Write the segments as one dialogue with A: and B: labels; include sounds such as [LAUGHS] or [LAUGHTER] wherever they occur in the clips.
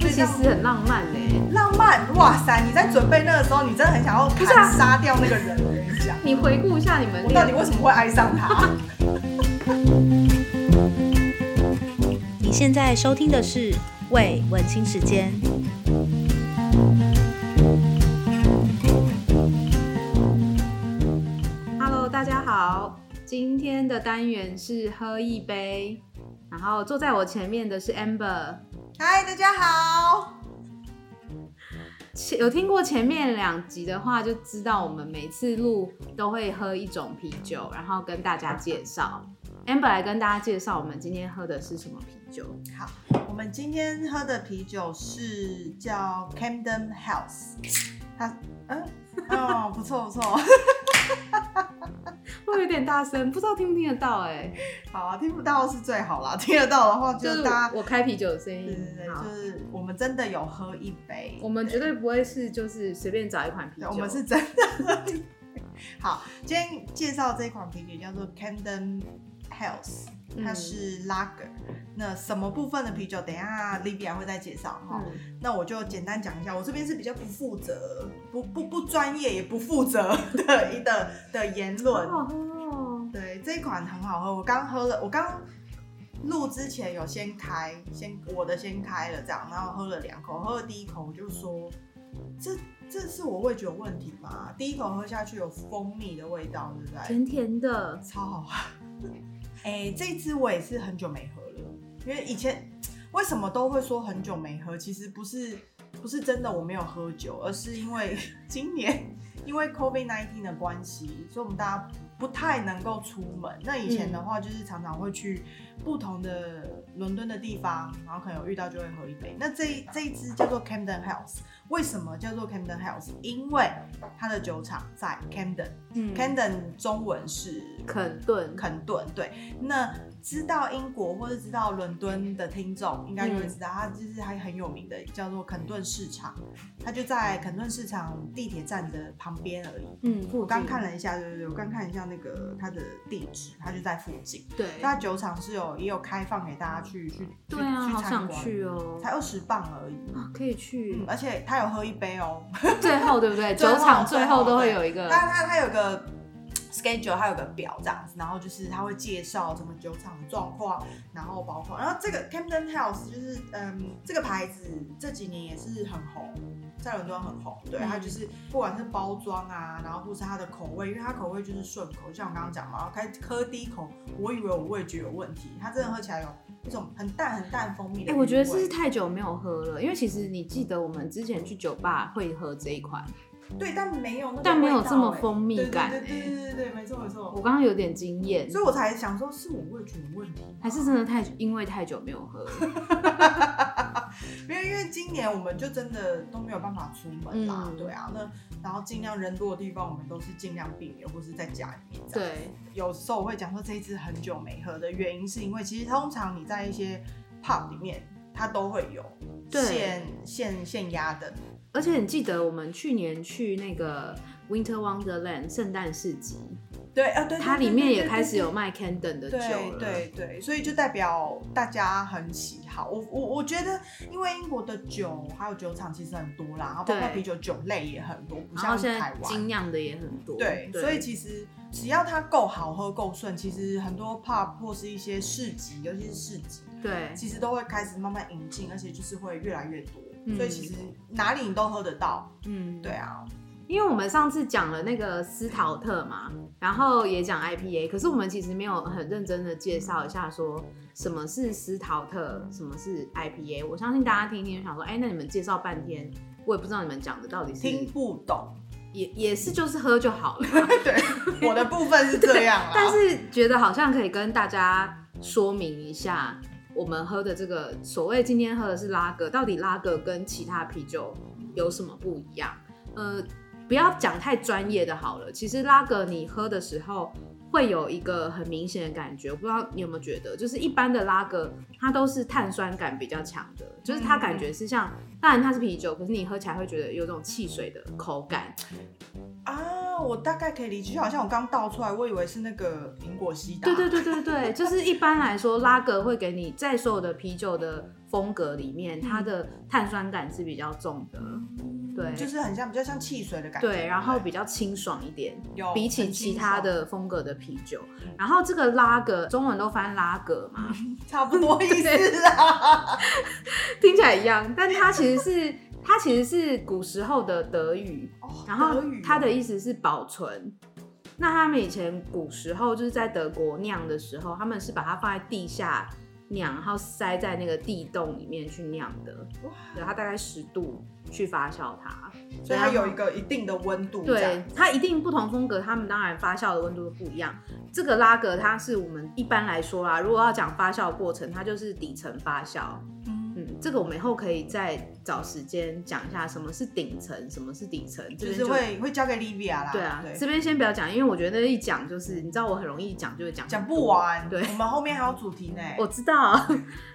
A: 其实很浪漫呢、
B: 浪漫，哇塞！你在准备那个时候，你真的很想要
A: 不是啊
B: 砍杀掉那个人。我跟你讲，
A: 你回顾一下你们
B: 我到底为什么会爱
A: [LAUGHS]
B: 上他？
C: 你现在收听的是《为文青时间》。
A: Hello，大家好，今天的单元是喝一杯，然后坐在我前面的是 Amber。
B: 嗨，大家好。
A: 前有听过前面两集的话，就知道我们每次录都会喝一种啤酒，然后跟大家介绍。Amber 来跟大家介绍我们今天喝的是什么啤酒。
B: 好，我们今天喝的啤酒是叫 Camden House，它嗯哦不错不 [LAUGHS] 错，
A: 会有点大声，不知道听不听得到哎、
B: 好啊，听不到是最好啦，听得到的话
A: 就
B: 啊就是大家
A: 我开啤酒的声
B: 对对
A: 音。
B: 对，
A: 好
B: 就，是我们真的有喝一杯，
A: 我们绝对不会是就是随便找一款啤
B: 对
A: 酒，
B: 我们是真的喝一杯。
A: 嗯
B: [LAUGHS] 好，今天介绍这款啤酒叫做 Camden House，它
A: 嗯
B: 是拉格。那什么部分的啤酒，等一下 Livia 会再介绍哈。
A: 嗯
B: 那我就简单讲一下，我这边是比较不负责、不不不专业也不负责的一的的言论。
A: 好好喝哦。
B: 对，这一款很好喝，我刚喝了，我刚录之前有先开，先我的先开了这样，然后喝了两口，喝了第一口我就说，这这是我味觉有问题吗？第一口喝下去有蜂蜜的味道，对不对？
A: 甜甜的，
B: 超好喝。哎、这一支我也是很久没喝了，因为以前为什么都会说很久没喝，其实不是不是真的我没有喝酒，而是因为今年因为 COVID 1 9的关系，所以我们大家不太能够出门。那以前的话，就是常常会去不同的伦敦的地方，然后可能有遇到就会喝一杯。那这一这一支叫做 Camden House，为什么叫做 Camden House？因为它的酒厂在 Camden，Camden
A: 嗯，
B: 中文是
A: 肯顿，
B: 肯顿，对。那知道英国或者知道伦敦的听众，应该就会知道，它就是还很有名的，叫做肯顿市场，它就在肯顿市场地铁站的旁边而已。
A: 嗯，
B: 我刚看
A: 了，
B: 了一下，对对对，我刚看一下那个它的地址，它就在附近。
A: 对，
B: 它酒厂是有也有开放给大家去去去
A: 对啊，
B: 去
A: 好
B: 参
A: 想
B: 观，
A: 去哦，
B: 才二十磅而已。
A: 啊可以去
B: 嗯，，而且他有喝一杯哦，
A: 最后对不对？酒
B: [LAUGHS] 最后
A: 厂最后都会有一个，
B: 他他他有个 schedule，他有个表这样子，然后就是他会介绍整个酒厂的状况，然后包括，然后这个 Camden House 就是嗯，这个牌子这几年也是很红。在伦敦很红，对
A: 嗯
B: 它就是不管是包装啊，然后或是它的口味，因为它口味就是顺口，像我刚刚讲嘛，我开始喝第一口，我以为我味觉有问题，它真的喝起来有一种很淡很淡蜂蜜的
A: 哎、
B: 余味。
A: 我觉得是太久没有喝了，因为其实你记得我们之前去酒吧会喝这一款，
B: 对，但没有那个
A: 但没有
B: 味道
A: 这么
B: 哎
A: 蜂蜜感
B: 对对对对对对，没错没错。
A: 我刚刚有点惊艳，
B: 所以我才想说，是我味觉有问题吗，
A: 还是真的太因为太久没有喝了，
B: 没有？因为今年我们就真的都没有办法出门啦，
A: 嗯
B: 对啊，那然后尽量人多的地方，我们都是尽量避免，或是在家里面这样。
A: 对，
B: 有时候我会讲说，这一支很久没喝的原因，是因为其实通常你在一些 pub 里面，它都会有
A: 对
B: 现现现压的，
A: 而且你记得我们去年去那个 Winter Wonderland 圣诞市集，
B: 对啊，对，对
A: 它里面也
B: 对对对
A: 开始有卖 Candon 的酒
B: 对
A: 了，嗯
B: 对对，所以就代表大家很喜好。我我我觉得，因为英国的酒还有酒厂其实很多啦，然后包括
A: 对
B: 啤酒酒类也很多，不
A: 然后
B: 像
A: 现
B: 台
A: 在
B: 湾。
A: 精酿的也很多，
B: 对，所以其实只要它够好喝、够顺，其实很多 pub 或是一些市集，尤其是市集，
A: 对
B: 其实都会开始慢慢引进，而且就是会越来越多。
A: 嗯
B: 所以其实哪里你都喝得到。
A: 嗯
B: 对啊，
A: 因为我们上次讲了那个斯陶特嘛，然后也讲 IPA，可是我们其实没有很认真的介绍一下说什么是斯陶特，什么是 IPA。我相信大家听一听就想说，哎、那你们介绍半天，我也不知道你们讲的到底是
B: 听不
A: [LAUGHS]
B: 懂。
A: 也也是就是喝就好了，
B: 我的部分是这样啦，
A: 啊但是觉得好像可以跟大家说明一下。我们喝的这个所谓今天喝的是拉格，到底拉格跟其他啤酒有什么不一样？呃，不要讲太专业的好了。其实拉格你喝的时候会有一个很明显的感觉，我不知道你有没有觉得，就是一般的拉格它都是碳酸感比较强的，就是它感觉是像，当然它是啤酒，可是你喝起来会觉得有种汽水的口感。
B: 啊，哦，我大概可以理解，就好像我刚倒出来，我以为是那个苹果西打，
A: 对对对对对，就是一般来说，拉格会给你在所有的啤酒的风格里面，它的碳酸感是比较重的，对
B: 嗯就是很像比较像汽水的感觉，
A: 对，然后
B: 不
A: 比较清爽一点，
B: 有
A: 比起
B: 哦很清
A: 其他
B: 爽
A: 的风格的啤酒。然后这个拉格，中文都翻拉格嘛， [LAUGHS]
B: 差不多意思啦。
A: 听起来一样，但它其实是它其实是古时候的德语，
B: 哦
A: 然后
B: 德语哦
A: 它的意思是保存。那他们以前古时候就是在德国酿的时候，他们是把它放在地下酿，然后塞在那个地洞里面去酿的。
B: 哇
A: 对，它大概十度去发酵它，
B: 所以它有一个一定的温度，这
A: 对
B: 样，
A: 它一定不同风格，它们当然发酵的温度不一样。这个拉格它是我们一般来说啦，如果要讲发酵过程，它就是底层发酵。
B: 嗯，
A: 嗯，这个我们以后可以再找时间讲一下什么是顶层，什么是底层，这
B: 就
A: 边
B: 是会会交给 Livia 啦，
A: 对啊，这
B: 对，
A: 边先不要讲，因为我觉得一讲就是你知道我很容易讲就会讲
B: 讲
A: 多
B: 不完，嗯
A: 对
B: 我们后面还有主题呢，
A: 我知道。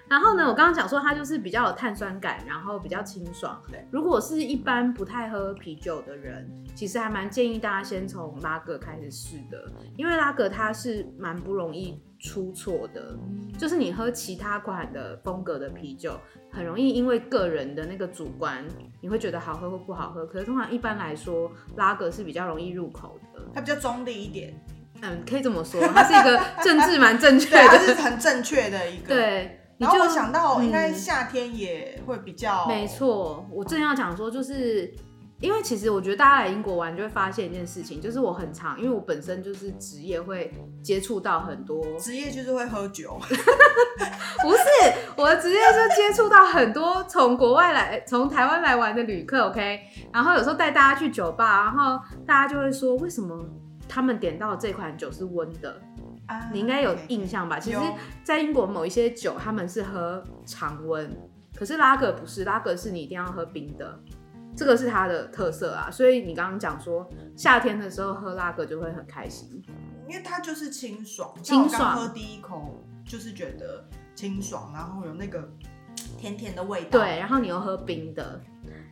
A: 然后呢，我刚刚讲说它就是比较有碳酸感，然后比较清爽。
B: 对，
A: 如果是一般不太喝啤酒的人，其实还蛮建议大家先从拉格开始试的，因为拉格它是蛮不容易出错的。就是你喝其他款的风格的啤酒，很容易因为个人的那个主观，你会觉得好喝或不好喝。可是通常一般来说，拉格是比较容易入口的。
B: 它比较中立一点，
A: 嗯，可以这么说，它是一
B: [LAUGHS]
A: 个政治蛮正确
B: 对，它是
A: 的。
B: 很正确的一个，。
A: [LAUGHS] 对，你
B: [LAUGHS] 然后
A: 就
B: 我想到，应该
A: 嗯
B: 夏天也会比较，
A: 没错，我正要讲说，就是因为其实我觉得大家来英国玩就会发现一件事情，就是我很常，因为我本身就是职业会接触到很
B: [LAUGHS]
A: 多，
B: 职业就是会喝酒，
A: 不是我的职业就接触到很多从国外来、从台湾来玩的旅客，OK，然后有时候带大家去酒吧，然后大家就会说为什么。他们点到这款酒是温的，
B: 啊
A: 你应该有
B: OK
A: 印象吧？其实
B: 有，
A: 在英国某一些酒，他们是喝常温，可是拉格不是，拉格是你一定要喝冰的，这个是它的特色啊。所以你刚刚讲说夏天的时候喝拉格就会很开心，
B: 因为它就是清爽，
A: 清爽
B: 像我刚喝第一口就是觉得清爽，然后有那个甜甜的味道，
A: 对，然后你又喝冰的。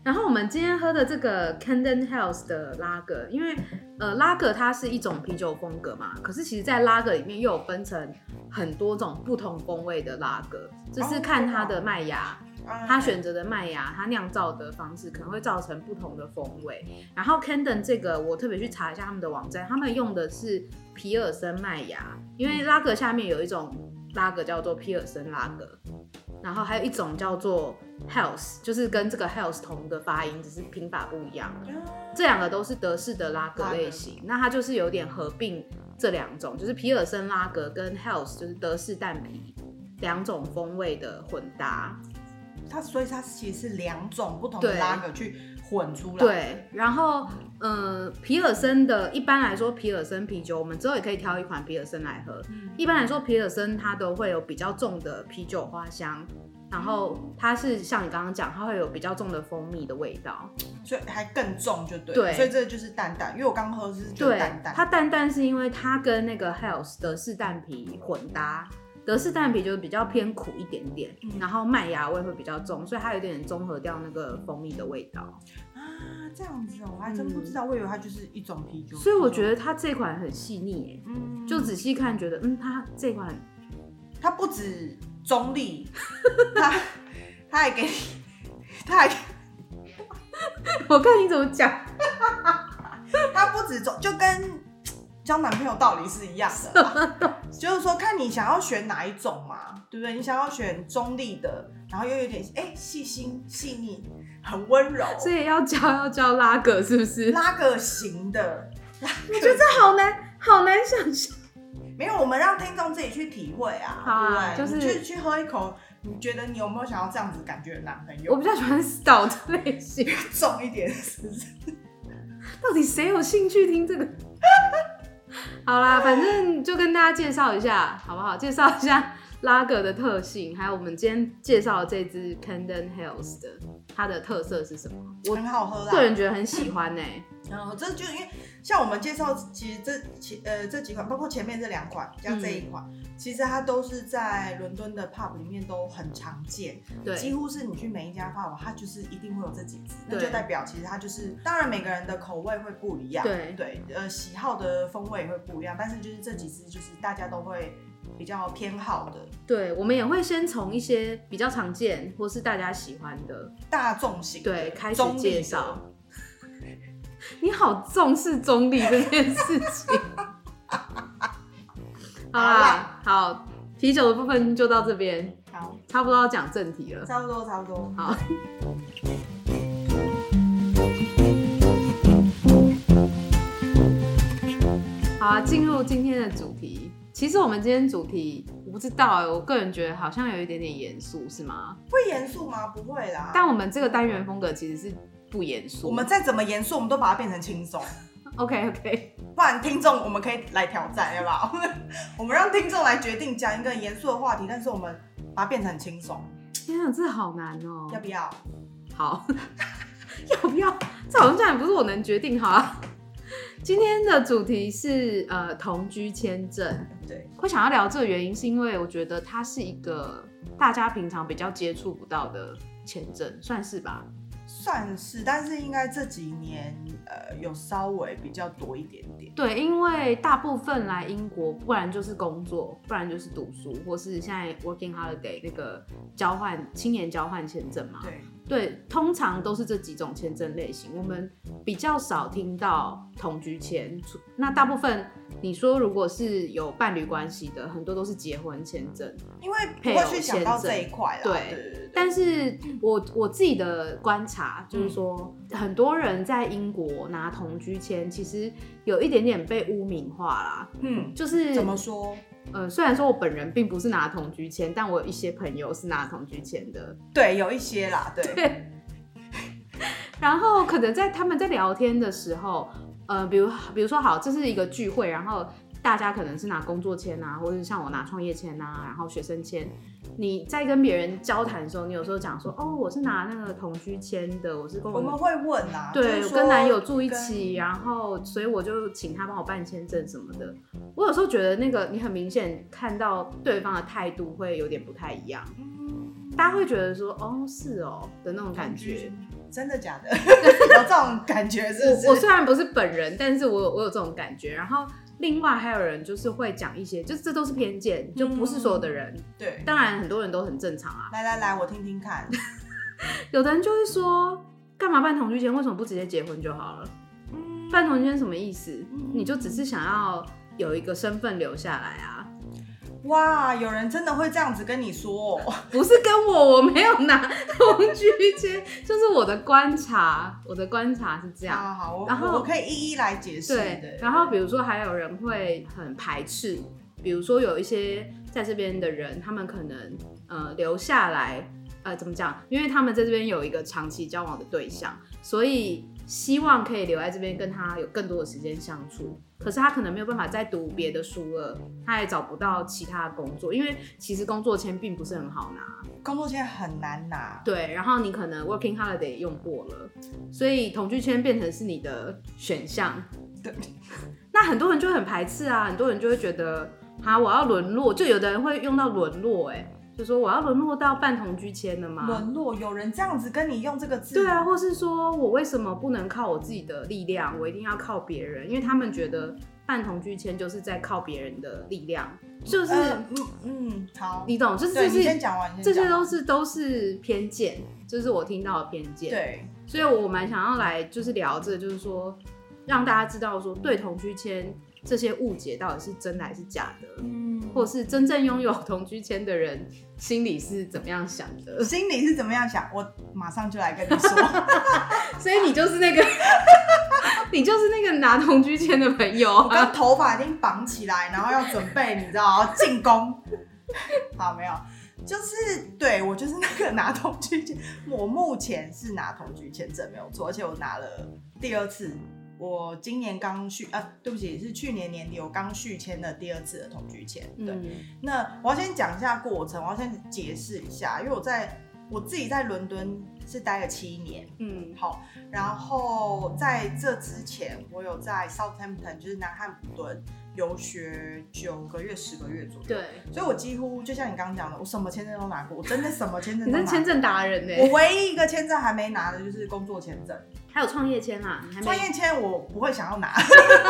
A: 然后我们今天喝的这个 Camden House 的拉格，因为呃拉格它是一种啤酒风格嘛，可是其实在拉格里面又有分成很多种不同风味的拉格，
B: 哦
A: 就是看它
B: 啊
A: 的麦芽。
B: 嗯，
A: 他选择的麦芽，它酿造的方式可能会造成不同的风味。然后 Candon 这个，我特别去查一下他们的网站，他们用的是皮尔森麦芽，因为拉格下面有一种拉格叫做皮尔森拉格，然后还有一种叫做 House，就是跟这个 House 同个发音，只是拼法不一样。这两个都是德式的拉格类型，那它就是有点合并这两种，就是皮尔森拉格跟 House 就是德式蛋皮两种风味的混搭。
B: 它，所以它其实是两种不同的
A: 对
B: 拉格去混出来，，
A: 对，然后呃，皮尔森的一般来说，皮尔森啤酒我们之后也可以挑一款皮尔森来喝。
B: 嗯
A: 一般来说，皮尔森它都会有比较重的啤酒花香，然后它是像你刚刚讲，它会有比较重的蜂蜜的味道。
B: 所以还更重就对，
A: 对
B: 所以这个就是淡淡，因为我刚喝是就
A: 对，
B: 淡淡，
A: 它淡淡是因为它跟那个 House 德式蛋皮混搭。德式蛋皮就是比较偏苦一点点，
B: 嗯
A: 然后麦芽味会比较重，所以它有点综合掉那个蜂蜜的味道。
B: 啊这样子哦，我还真不知道，我以为它就是一种啤酒，
A: 所以我觉得它这款很细腻耶、
B: 嗯
A: 就仔细看觉得，嗯，它这 [LAUGHS] 款
B: 它不止中立，它它还给你，它还
A: 我看你怎么讲，
B: 它不止中，就跟交男朋友道理是一样的啦，
A: [LAUGHS]
B: 就是说看你想要选哪一种嘛，对不对？你想要选中立的，然后又有点哎细心细腻，很温柔，
A: 所以要教要教拉格是不是？
B: 拉个型的，
A: 我觉得这好难，好难想象。
B: 没有，我们让听众自己去体会啊，
A: 好啊
B: 对不对？
A: 就是
B: 你去去喝一口，你觉得你有没有想要这样子感觉的男朋
A: [LAUGHS] 我
B: 友？
A: 比较喜欢 stout 类型，
B: 重一点是不是？
A: 到底谁有兴趣听这个？ [LAUGHS] 好啦，反正就跟大家介绍一下，好不好？介绍一下拉格的特性，还有我们今天介绍的这支 Camden Hills 的它的特色是什么？我
B: 很好喝啦，
A: 个人觉得很喜欢呢、欸
B: 然后这就是因为像我们介绍，其实这其呃这几款，包括前面这两款加这
A: 嗯
B: 一款，其实它都是在伦敦的 pub 里面都很常见，几
A: 对
B: 乎是你去每一家 pub，它就是一定会有这几支，那
A: 对
B: 就代表其实它就是，当然每个人的口味会不一样，
A: 对
B: 对，呃喜好的风味也会不一样，但是就是这几支就是大家都会比较偏好的
A: 对，我们也会先从一些比较常见或是大家喜欢的，
B: 大众型的，
A: 对，开始
B: 中立的
A: 介绍。。你好重视中立这件事情。好啦，好，啤酒的部分就到这边，
B: 好，
A: 差不多要讲正题了。
B: 差不多差不多。
A: 好，好啊，进入今天的主题。其实我们今天主题，我不知道哎、我个人觉得好像有一点点严肃，是吗？
B: 会严肃吗？不会啦。
A: 但我们这个单元风格其实是不严肃。
B: 我们再怎么严肃，我们都把它变成轻松，
A: OK OK，
B: 不然听众我们可以来挑战，要不 [LAUGHS] 好？我们让听众来决定讲一个严肃的话题，但是我们把它变成很轻松，
A: [LAUGHS] 天啊，这好难哦、
B: 要不要？
A: 好， [LAUGHS] 要不要？这好像当然不是我能决定好啊。 [LAUGHS] 今天的主题是呃同居签证，
B: 对，
A: 会想要聊这个原因，是因为我觉得它是一个大家平常比较接触不到的签证，算是吧？
B: 算是，但是应该这几年呃有稍微比较多一点点。
A: 对，因为大部分来英国，不然就是工作，不然就是读书，或是现在 working holiday 那个交换青年交换签证嘛。
B: 对，
A: 对，通常都是这几种签证类型，我们比较少听到同居签。除那大部分你说如果是有伴侣关系的，很多都是结婚签证。
B: 因为不会去想到这一块啦。
A: 配偶
B: 对
A: 签证
B: 对对对。
A: 但是我我自己的观察就是说，很多人在英国拿同居签，其实有一点点被污名化啦。 [LAUGHS]
B: 嗯，
A: 就是
B: 怎么说？
A: 呃，虽然说我本人并不是拿同居签，但我有一些朋友是拿同居签的。
B: 对，有一些啦，对，
A: 然后可能在他们在聊天的时候，呃，比如比如说好，这是一个聚会，然后大家可能是拿工作签啊，或者是像我拿创业签啊，然后学生签。你在跟别人交谈的时候，你有时候讲说，哦，我是拿那个同居签的，我是跟
B: 我们
A: 我。
B: 会问啦，
A: 对，
B: 就是
A: 我
B: 说
A: 跟男友住一起，然后所以我就请他帮我办签证什么的。我有时候觉得那个你很明显看到对方的态度会有点不太一样，大家会觉得说哦是哦的那种感觉。
B: 跟，真的假的？ [LAUGHS] 有这种感觉是不是？
A: 我我虽然不是本人，但是我有我有这种感觉。然后另外还有人就是会讲一些，就是这都是偏见，就不是所有的人。
B: 对，
A: 当然很多人都很正常啊，
B: 来来来，我听听看。
A: 有的人就会说，干嘛办同居签？为什么不直接结婚就好了？
B: 嗯
A: 办同居签什么意思？你就只是想要有一个身份留下来啊，
B: 哇，有人真的会这样子跟你说、哦，
A: 不是跟我，我没有拿同居签，就是我的观察，我的观察是这样。
B: 好好，我
A: 然后
B: 我我可以一一来解释
A: 对
B: 的，。
A: 然后比如说还有人会很排斥，比如说有一些在这边的人，他们可能呃留下来，呃怎么讲？因为他们在这边有一个长期交往的对象，所以希望可以留在这边跟他有更多的时间相处。可是他可能没有办法再读别的书了，他也找不到其他的工作，因为其实工作签并不是很好拿。
B: 工作签很难拿，
A: 对，然后你可能 working holiday 也用过了，所以同居签变成是你的选项。
B: 对，
A: [LAUGHS] 那很多人就很排斥啊，很多人就会觉得，哈，我要沦落，就有的人会用到沦落、哎，就说我要沦落到半同居签了吗？
B: 沦落有人这样子跟你用这个字，
A: 啊对啊，，或是说我为什么不能靠我自己的力量，我一定要靠别人？因为他们觉得半同居签就是在靠别人的力量，就是、
B: 嗯嗯嗯，好，
A: 你懂，就是
B: 对
A: 这
B: 你先
A: 些
B: 讲完，你
A: 这
B: 先
A: 些
B: 讲完
A: 都是都是偏见，这、是我听到的偏见。。
B: 对，
A: 所以我蛮想要来就是聊这个，就是说让大家知道说对同居签这些误解到底是真的还是假的，
B: 嗯，
A: 或是真正拥有同居签的人心里是怎么样想的。
B: 心里是怎么样想，我马上就来跟你说。
A: 所以你就是那个， [LAUGHS] 你就是那个拿同居签的朋友
B: 我
A: 啊。
B: 哦跟头发已经绑起来，然后要准备，你知道进攻。 [LAUGHS] 好，没有，就是对我就是那个拿同居签，我目前是拿同居签证没有错，而且我拿了第二次。我今年刚续啊，对不起，是去年年底我刚续签的第二次的同居签。对，
A: 嗯，
B: 那我要先讲一下过程，我要先解释一下，因为我在我自己在伦敦是待了七年，
A: 嗯
B: 好，然后在这之前，我有在 Southampton，就是南汉普顿游学九个月、十个月左右。，
A: 对，
B: 所以我几乎就像你刚刚讲的，我什么签证都拿过，我真的什么签证
A: 你
B: 都拿
A: 是
B: 过。
A: 签证达人呢、
B: 我唯一一个签证还没拿的就是工作签证，
A: 还有创业签啦，你还
B: 创
A: 没
B: 业签我不会想要拿， [LAUGHS]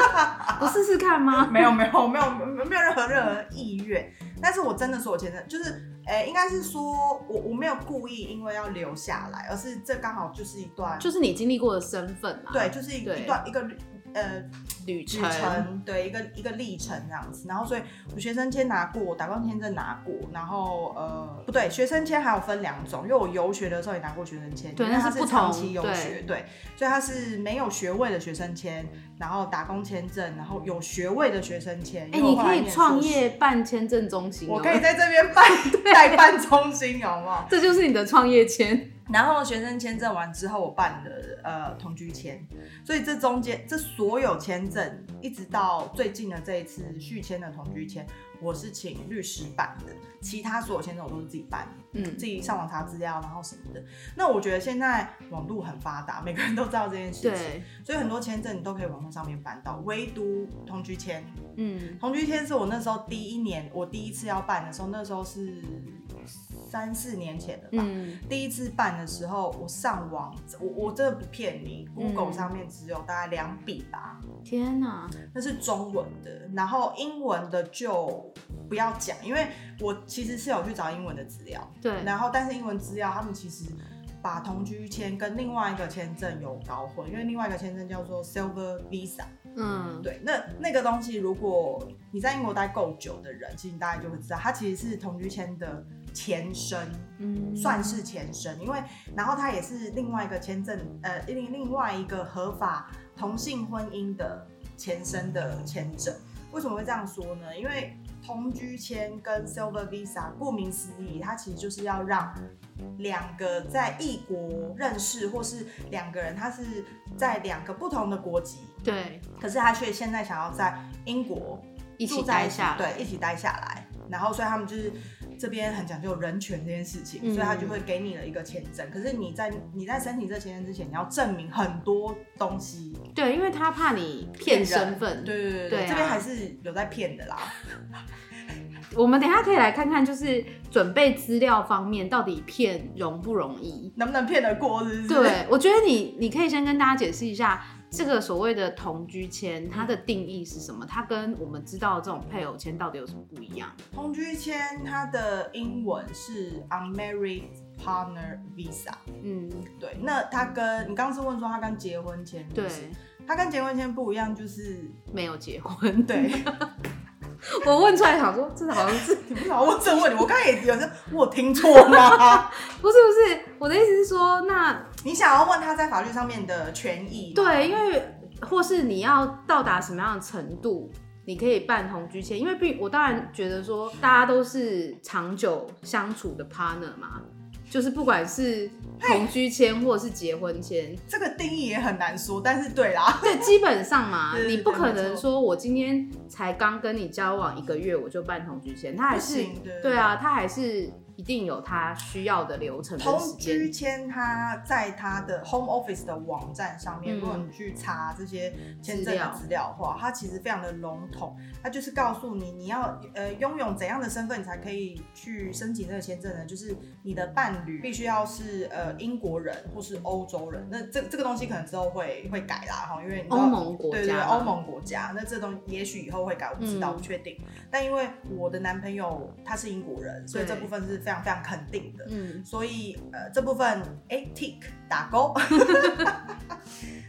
A: 不试试看吗？
B: 没有没有没有没有任何任何意愿，但是我真的说我签证就是，诶、应该是说我我没有故意因为要留下来，而是这刚好就是一段，
A: 就是你经历过的身份嘛，
B: 对，就是一
A: 对
B: 一段一个旅呃
A: 旅
B: 旅
A: 程，
B: 程，对一个一个历程这样子。然后所以我学生签拿过，打工签证拿过，然后呃不对，学生签还有分两种，因为我游学的时候也拿过学生签，
A: 对
B: 因为
A: 那
B: 它
A: 是
B: 是
A: 不同
B: 长期游学，对，所以它是没有学位的学生签，然后打工签证，然后有学位的学生签。
A: 哎、
B: 因为
A: 你
B: 我后
A: 可
B: 来
A: 以
B: 念
A: 创
B: 硕士
A: 业办签证中心、哦
B: 我可以在这
A: [LAUGHS]
B: 边办代办中心，有没有？
A: 这就是你的创业签，
B: 然后学生签证完之后，我办了呃同居签，所以这中间这所有签证，一直到最近的这一次续签的同居签，我是请律师办的，其他所有签证我都是自己办，
A: 嗯
B: 自，己上网查资料，然后什么的。那我觉得现在网络很发达，每个人都知道这件事情，
A: 对，
B: 所以很多签证你都可以网络上面办到，唯独同居签
A: 嗯，
B: 同居签是我那时候第一年，我第一次要办的时候，那时候是三四年前的吧。
A: 嗯，
B: 第一次办的时候，我上网，我我真的不骗你
A: 嗯
B: ，Google 上面只有大概两笔吧，
A: 天哪，
B: 那是中文的，然后英文的就不要讲，因为我其实是有去找英文的资料，
A: 对，
B: 然后但是英文资料他们其实把同居签跟另外一个签证有搞混，因为另外一个签证叫做 Silver Visa，
A: 嗯，
B: 对，那那个东西，如果你在英国待够久的人，其实你大概就会知道，它其实是同居签的前身，
A: 嗯，
B: 算是前身，因为然后它也是另外一个签证，呃，另另外一个合法同性婚姻的前身的签证。为什么会这样说呢？因为同居签跟 Silver Visa，顾名思义，它其实就是要让两个在异国认识，或是两个人他是在两个不同的国籍，
A: 对，
B: 可是他却现在想要在英国
A: 一起
B: 住在
A: 待下来，
B: 对，一起待下来。然后，所以他们就是这边很讲究人权这件事情，
A: 嗯
B: 所以他就会给你了一个签证。可是你在你在申请这签证之前，你要证明很多东西。
A: 对，因为他怕你骗身份，
B: 对对对对，
A: 对啊
B: 这边还是有在骗的啦。
A: 我们等一下可以来看看，就是准备资料方面到底骗容不容易。
B: 能不能骗得过？是不是？
A: 对，我觉得你你可以先跟大家解释一下这个所谓的同居签，它的定义是什么？它跟我们知道的这种配偶签到底有什么不一样？
B: [LAUGHS] 同居签它的英文是 Unmarried Partner Visa。
A: 嗯，
B: 对，那它跟你刚刚是问说它跟结婚签是不
A: 对，
B: 是，它跟结婚签不一样，就是
A: 没有结婚。 [LAUGHS]
B: 对。
A: 我问出来想说，这好像是
B: 你不想问这个问题？我刚才也有在，我有听错吗？
A: 不是不是？我的意思是说，那
B: 你想要问他在法律上面的权益？，
A: 对，因为或是你要到达什么样的程度，你可以办同居签，因为并我当然觉得说，大家都是长久相处的 partner 嘛，就是不管是同居签或是结婚签，
B: 这个定义也很难说，但是对啦，
A: 对，基本上嘛，
B: 对对对
A: 你不可能
B: 没错
A: 说我今天才刚跟你交往一个月我就办同居签，他还是
B: 不行对
A: 对啊，他还是一定有他需要的流程跟时
B: 同居
A: 间。
B: 签他在他的 Home Office 的网站上面，
A: 嗯
B: 如果你去查这些签证
A: 资料
B: 的资料的话，它其实非常的笼统，它就是告诉你你要呃拥有怎样的身份你才可以去申请这个签证呢？就是你的伴
A: 嗯
B: 侣必须要是呃英国人或是欧洲人，那这这个东西可能之后会会改啦哈，因为你知道
A: 欧盟国
B: 对对
A: 家嘛，
B: 欧盟国家，那这东也许以后会改，我不知道，
A: 嗯
B: 不确定。但因为我的男朋友他是英国人，所以
A: 对
B: 这部分是非常非常肯定的。
A: 嗯，
B: 所以呃，这部分哎 tick 打勾。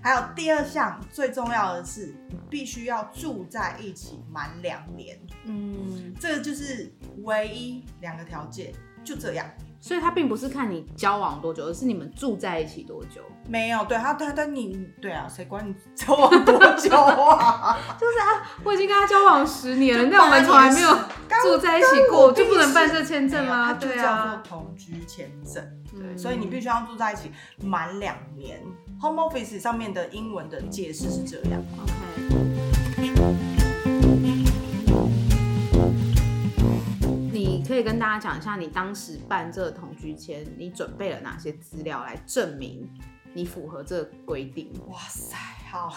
B: 还有第二项最重要的是，你必须要住在一起满两年，
A: 嗯，
B: 这就是唯一两个条件，就这样。
A: 所以他并不是看你交往多久，而是你们住在一起多久。
B: 没有，对他，他他你对啊，谁管你交往多久
A: [LAUGHS]
B: 啊？
A: 我已经跟他交往十年了，那我们从来没有住在一起过，就不能办这签证吗？
B: 它就
A: 对
B: 叫做
A: 啊，
B: 同居签证。对，
A: 嗯
B: 所以你必须要住在一起满两年。Home Office 上面的英文的解释是这样。
A: OK。你嗯你可以跟大家讲一下，你当时办这个同居签，你准备了哪些资料来证明你符合这个规定？ [LAUGHS]
B: 哇塞，好，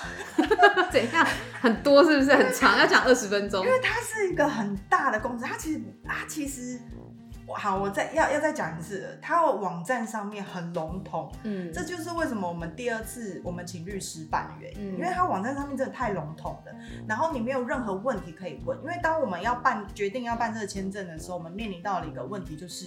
A: 怎样？很多是不是很长？要讲二十分钟
B: 因？为它是一个很大的公司，它其实它其实，好，我再要要再讲一次，它的网站上面很笼统，
A: 嗯，
B: 这就是为什么我们第二次我们请律师办的原因，
A: 嗯
B: 因为它网站上面真的太笼统了，然后你没有任何问题可以问，因为当我们要办决定要办这个签证的时候，我们面临到了一个问题，就是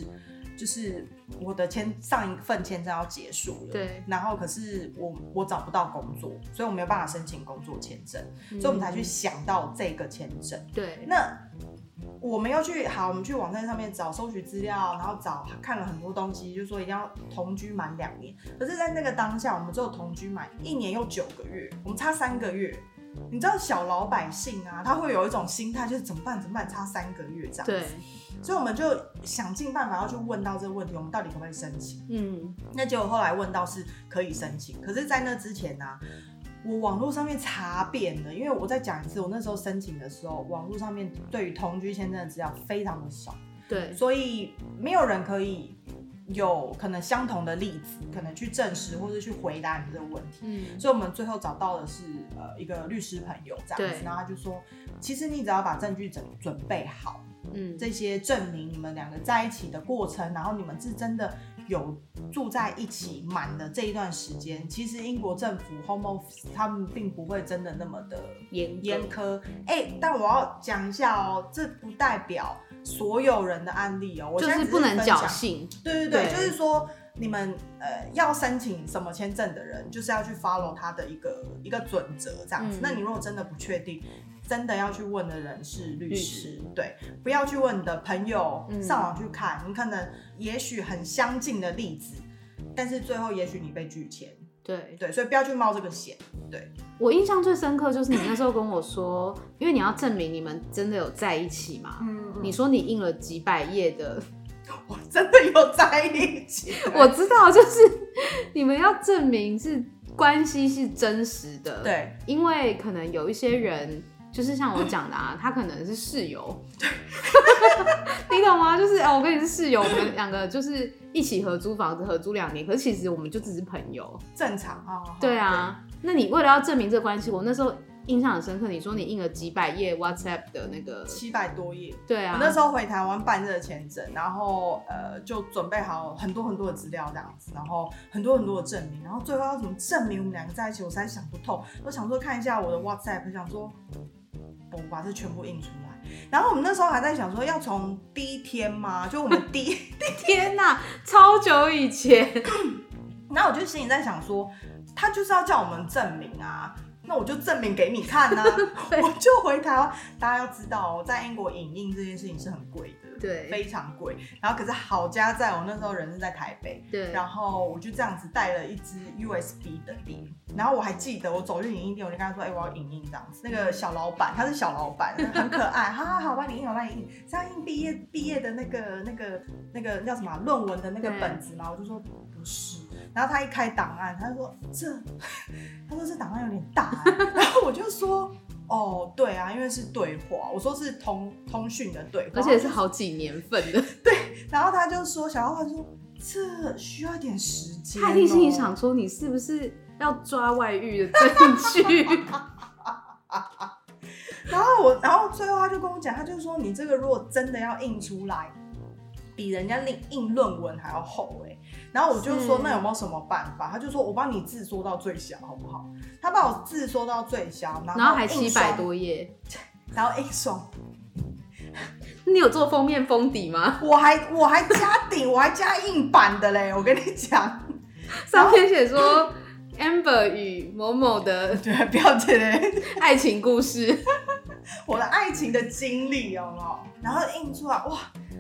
B: 就是我的签上一份签证要结束了，，
A: 对，
B: 然后可是我我找不到工作，所以我没有办法申请工作签证，
A: 嗯
B: 所以我们才去想到这个签证。
A: 对，
B: 那我们要去好，我们去网站上面找搜取资料，然后找看了很多东西，就说一定要同居满两年。可是，在那个当下，我们只有同居满一年又九个月，我们差三个月。你知道小老百姓啊，他会有一种心态，就是怎么办？怎么办？差三个月这样。
A: 对，，
B: 所以我们就想尽办法要去问到这个问题，我们到底可不可以申请？
A: 嗯，
B: 那结果后来问到是可以申请，可是，在那之前呢、啊我网络上面查遍了，因为我再讲一次，我那时候申请的时候，网络上面对于同居签证的资料非常的少，
A: 对，
B: 所以没有人可以有可能相同的例子，可能去证实或者去回答你这个问题。
A: 嗯，
B: 所以我们最后找到的是呃一个律师朋友这样
A: 对
B: 子，然后他就说，其实你只要把证据准准备好，
A: 嗯，
B: 这些证明你们两个在一起的过程，然后你们是真的有住在一起满的这一段时间，其实英国政府 Home Office 他们并不会真的那么的
A: 严
B: 严
A: 格，
B: 苛。哎、但我要讲一下哦，这不代表所有人的案例哦，我
A: 就
B: 现在
A: 是
B: 只是
A: 不能
B: 分
A: 侥
B: 享
A: 幸，
B: 对对对，
A: 对
B: 就是说你们呃要申请什么签证的人，就是要去 follow 他的一个一个准则这样子。
A: 嗯
B: 那你如果真的不确定，真的要去问的人是
A: 律
B: 律师，
A: 师
B: 对，不要去问你的朋友，
A: 嗯
B: 上网去看，你可能也许很相近的例子，但是最后也许你被拒签，
A: 对，
B: 对，所以不要去冒这个险。
A: 我印象最深刻就是你那时候跟我说，因为你要证明你们真的有在一起嘛。
B: 嗯
A: 你说你印了几百页的，
B: 我真的有在一起，
A: 我知道，就是你们要证明是关系是真实的。，
B: 对
A: 因为可能有一些人，就是像我讲的啊，他可能是室友， [LAUGHS] 你懂吗？就是哦，我跟你是室友，我们两个就是一起合租房子，合租两年，可是其实我们就只是朋友。
B: 正常啊，哦
A: 对，啊，那你为了要证明这个关系，我那时候印象很深刻，你说你印了几百页 WhatsApp 的那个，
B: 七百多页。
A: 对啊
B: 我，那时候回台湾办这个签证，然后呃就准备好很多很多的资料这样子，然后很多很多的证明，然后最后要怎么证明我们两个在一起，我实在想不透。我想说看一下我的 WhatsApp，想说我把这全部印出来。然后我们那时候还在想说要从第一天吗？就我们第一，
A: 天哪、超久以前，
B: 然后我就心里在想说，他就是要叫我们证明啊。那我就证明给你看呐、我就回台湾。大家要知道、哦，在英国影印这件事情是很贵的，
A: 对
B: 非常贵。然后可是好家在我那时候人是在台北，
A: 对，
B: 然后我就这样子带了一支 USB 的碟，然后我还记得我走进影印店，我就跟他说：“哎、我要影印这样子。”那个小老板他是小老板，很可
A: [LAUGHS]
B: 爱，好好好，我帮你印，我帮你印，是要印毕业毕业的那个那个那个叫什么啊论文的那个
A: 对
B: 本子嘛，我就说不是。然后他一开档案，他就说这，他说这档案有点大欸、 [LAUGHS] 然后我就说哦，对啊，因为是对话，我说是通通讯的对话，
A: 而且是好几年份 [LAUGHS] 的，
B: 然后他就说，小老板说这需要一点时间、哦。
A: 他一定心里想说你是不是要抓外遇的证据？
B: 然后我，然后最后他就跟我讲，他就说你这个如果真的要印出来，比人家印印论文还要厚哎、然后我就是说那有没有什么办法？他就说我帮你字缩到最小好不好？他把我字缩到最小，然后
A: 然后还
B: 印
A: 七百
B: 双，
A: 多页，
B: 然后印双，
A: 你有做封面封底 [LAUGHS] 吗？
B: 我还我还加顶，我还加硬版的嘞，我跟你讲，
A: 上面写说 Amber 与某某的
B: [LAUGHS] 对，不要这嘞。
A: 爱情故事，
B: 我的爱情的经历，有没有？然后印出来，哇，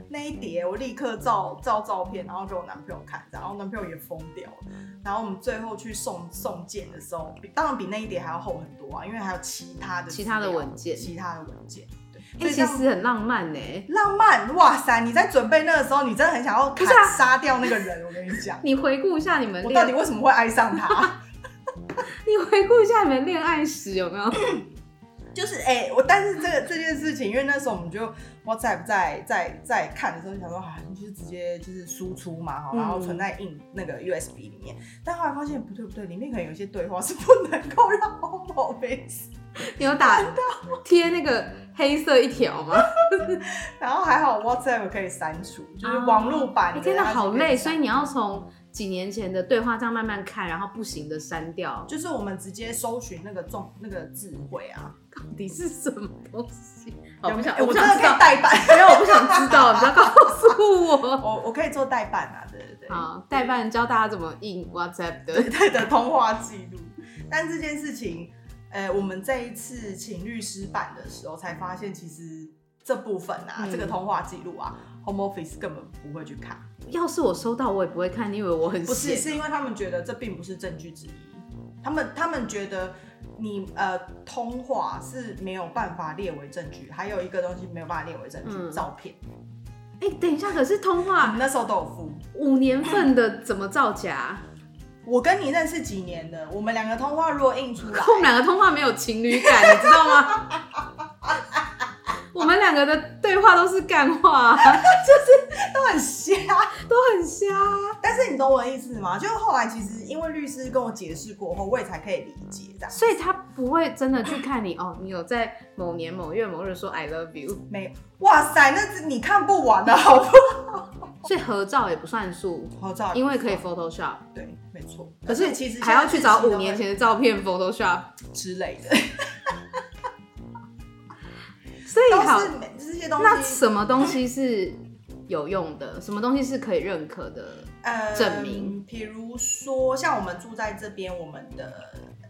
B: 那一叠我立刻照照照片，然后给我男朋友看，然后男朋友也疯掉了。然后我们最后去送送件的时候，比当然比那一叠还要厚很多啊，因为还有其他的
A: 其他的
B: 资料
A: 文件
B: 其他的文件。对，
A: 哎、
B: 所以这
A: 其
B: 样
A: 实很浪漫呢、
B: 浪漫，哇塞！你在准备那个时候，你真的很想要
A: 不
B: 砍
A: 是啊
B: 杀掉那个人。我跟你
A: [LAUGHS]
B: 讲，
A: 你回顾一下你们
B: 我
A: 恋
B: 到底为什么会爱上他？
A: 你回顾一下你们恋爱史有没有？
B: 就是哎、我但是这个这件事情，因为那时候我们就 WhatsApp 在在在看的时候，想说啊，你就是直接就是输出嘛，好，然后
A: 嗯
B: 存在硬那个 USB 里面。但后来发现不对不对，里面可能有一些对话是不能够让 OPPO 被
A: 你有
B: [LAUGHS]
A: 打贴那个黑色一条吗？
B: 然后还好 WhatsApp 可以删除，就是网络版
A: 哎
B: 的。
A: 真的
B: 它是可
A: 好累，所以
B: 删
A: 你要从几年前的对话这样慢慢看，然后不行的删掉，
B: 就是我们直接搜寻那个重那个智慧啊，
A: 到底是什么东西？好
B: 有
A: 我哦不
B: 没有
A: 想，
B: 哎
A: 我
B: 我
A: 不
B: 真
A: 想知
B: 的可以
A: 道，
B: 代办，
A: 没有，我不想知道，你不要告诉我。
B: [LAUGHS]
A: [LAUGHS]
B: 我我可以做代办啊，对对对，
A: 好，代办教大家怎么印 WhatsApp 的。
B: 对的通话记录。但这件事情，呃，我们这一次请律师办的时候才发现，其实这部分啊，
A: 嗯
B: 这个通话记录啊，Home Office 根本不会去看，
A: 要是我收到，我也不会看。你以为我很
B: 不是
A: 闲
B: 是因为他们觉得这并不是证据之一，他们他们觉得。你呃，通话是没有办法列为证据，还有一个东西没有办法列为证据，
A: 嗯
B: 照片。
A: 哎、等一下，可是通
B: 我们
A: 话
B: 那时候都有付，
A: 五年份的怎么造假？
B: 我跟你认识几年了，我们两个通话如果印出来，
A: 我们两个通话没有情侣感，你知道吗？
B: [LAUGHS]
A: 我们两个的对话都是干话，啊
B: 都很瞎。
A: 都很瞎。
B: 但是你懂我的意思吗？就是后来其实因为律师跟我解释过后，我也才可以理解这样。
A: 所以他不会真的去看你哦，你有在某年某月某日说 I love you，
B: 没有，哇塞，那是你看不完的啊好不
A: 所以合照也不算数，
B: 好？照
A: 因为可以 Photoshop。
B: 对，没错。
A: 可
B: 而
A: 是
B: 且其实
A: 还要去找
B: 现在
A: 五年
B: 日期
A: 前的照片 Photoshop，
B: 都会之类的，
A: 所以好
B: [LAUGHS] 都，是每这些东
A: 那
B: 西
A: 什么东西是有用的？什么东西是可以认可的？
B: 呃
A: 证明，
B: 比如说像我们住在这边，我们的